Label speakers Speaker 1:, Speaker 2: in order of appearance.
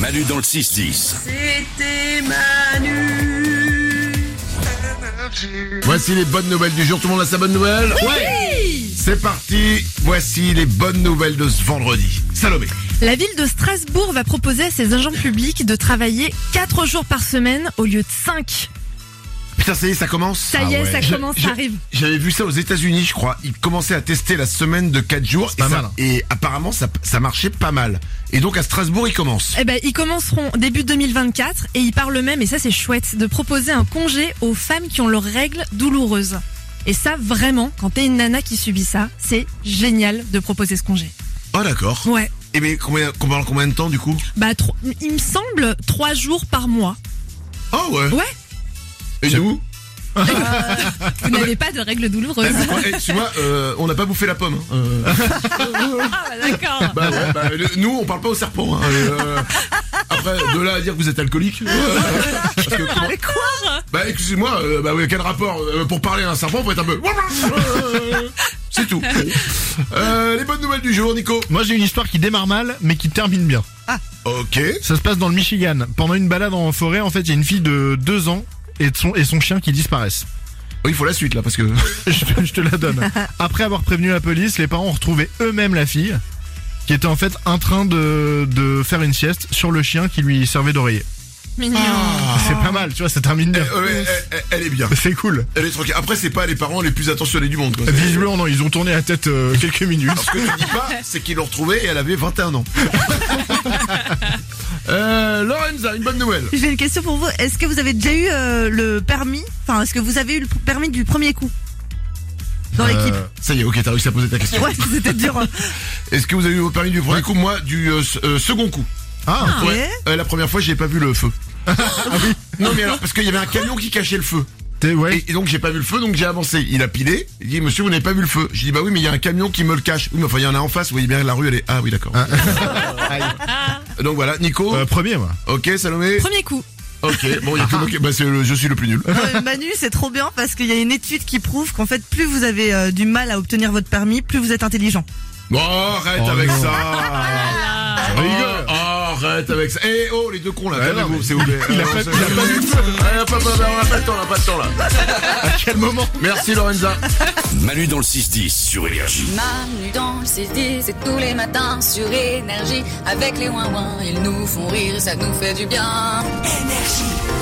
Speaker 1: Manu dans le 6-10.
Speaker 2: C'était Manu.
Speaker 3: Voici les bonnes nouvelles du jour. Tout le monde a sa bonne nouvelle C'est parti. Voici les bonnes nouvelles de ce vendredi. Salomé.
Speaker 4: La ville de Strasbourg va proposer à ses agents publics de travailler 4 jours par semaine au lieu de 5.
Speaker 3: Putain, ça y est, ça commence.
Speaker 4: Ça y est, ça
Speaker 3: Ah Je-
Speaker 4: commence,
Speaker 3: je-
Speaker 4: ça arrive.
Speaker 3: J'avais vu ça aux États-Unis, je crois. Ils commençaient à tester la semaine de 4 jours.
Speaker 5: pas
Speaker 3: et, ça-
Speaker 5: mal, hein.
Speaker 3: et apparemment, ça, ça marchait pas mal. Et donc, à Strasbourg, ils commencent.
Speaker 4: Eh ben, ils commenceront début 2024 et ils parlent même, et ça c'est chouette, de proposer un congé aux femmes qui ont leurs règles douloureuses. Et ça vraiment, quand t'es une nana qui subit ça, c'est génial de proposer ce congé.
Speaker 3: Oh, d'accord.
Speaker 4: Ouais.
Speaker 3: Et mais combien, combien, combien de temps, du coup
Speaker 4: Bah, tro- il me semble trois jours par mois.
Speaker 3: Oh, ouais.
Speaker 4: Ouais.
Speaker 3: Et nous
Speaker 4: Vous n'avez pas de règles douloureuses.
Speaker 3: Eh, Tu vois, euh, on n'a pas bouffé la pomme. hein. Euh,
Speaker 4: Ah, bah, d'accord.
Speaker 3: bah ouais, bah, le- nous, on parle pas au serpent. hein. Euh, après, de là à dire que vous êtes alcoolique. euh, parce que comment-
Speaker 4: Mais quoi
Speaker 3: Bah excusez-moi, euh, bah oui, quel rapport Euh, Pour parler à un serpent, faut être un peu. Euh, C'est tout. Euh, les bonnes nouvelles du jour, Nico.
Speaker 5: Moi j'ai une histoire qui démarre mal mais qui termine bien.
Speaker 3: Ok.
Speaker 5: Ça se passe dans le Michigan. Pendant une balade en forêt, en fait, il y a une fille de 2 ans et de son, et son chien qui disparaissent.
Speaker 3: Oui, Oh, il faut la suite là parce que.
Speaker 5: Je te, je te la donne. Après avoir prévenu la police, les parents ont retrouvé eux-mêmes la fille qui était en fait en train de, de faire une sieste sur le chien qui lui servait d'oreiller.
Speaker 4: Mignon.
Speaker 5: C'est pas mal, tu vois, ça termine bien.
Speaker 3: Euh, Ah. ouais, elle, elle- elle est bien.
Speaker 5: C'est cool.
Speaker 3: Elle est tranquille. Après, c'est pas les parents les plus attentionnés du monde. Quoi. C'est-
Speaker 5: Visiblement, non, ils ont tourné la tête euh, quelques minutes.
Speaker 3: Ce que tu dis pas, c'est qu'ils l'ont retrouvée et elle avait 21 ans. euh, Lorenza, une bonne nouvelle.
Speaker 2: J'ai une question pour vous. Est-ce que vous avez déjà eu euh, le permis Enfin, est-ce que vous avez eu le permis du premier coup dans l'équipe
Speaker 3: Euh, ça y est, ok, t'as réussi à poser ta question.
Speaker 2: Ouais, c'était dur. hein.
Speaker 3: Est-ce que vous avez eu vos permis du premier coup Moi, du euh, s- euh, second coup.
Speaker 5: Ah,
Speaker 2: Ouais.
Speaker 3: Euh, la première fois, j'ai pas vu le feu. Ah Non mais alors parce qu'il y avait un camion qui cachait le feu
Speaker 5: t'es- ouais.
Speaker 3: et, et donc j'ai pas vu le feu donc j'ai avancé il a pilé il dit monsieur vous n'avez pas vu le feu j'ai dit bah oui mais il y a un camion qui me le cache oui mais enfin il y en a en face vous voyez bien la rue elle est ah oui d'accord donc voilà Nico
Speaker 5: Ah. Euh, premier, moi.
Speaker 3: ok Salomé
Speaker 4: Premier coup.
Speaker 3: ok bon il y a que moi qui- bah, c'est le- je suis le plus nul
Speaker 2: Non, mais Euh, Manu, c'est trop bien parce qu'il y a une étude qui prouve qu'en fait, plus vous avez euh, du mal à obtenir votre permis, plus vous êtes intelligent.
Speaker 3: bon arrête
Speaker 5: Oh,
Speaker 3: avec
Speaker 5: non.
Speaker 3: ça Oh, arrête avec ça Eh oh les deux cons là
Speaker 5: Ouais, non,
Speaker 3: calmez-vous
Speaker 5: mais-
Speaker 3: s'il vous plaît
Speaker 5: Il a
Speaker 3: Euh,
Speaker 5: pas-
Speaker 3: on se-
Speaker 5: il a pas vu le feu.
Speaker 3: Ouais, hop, hop, hop, on a pas le temps on a pas le temps là
Speaker 5: À quel moment
Speaker 3: merci Lorenza
Speaker 1: Manu dans le 6-10 sur Énergie.
Speaker 6: Manu dans le 6-10, c'est tous les matins sur Énergie. Avec les ouin-ouin, ils nous font rire, ça nous fait du bien. Énergie.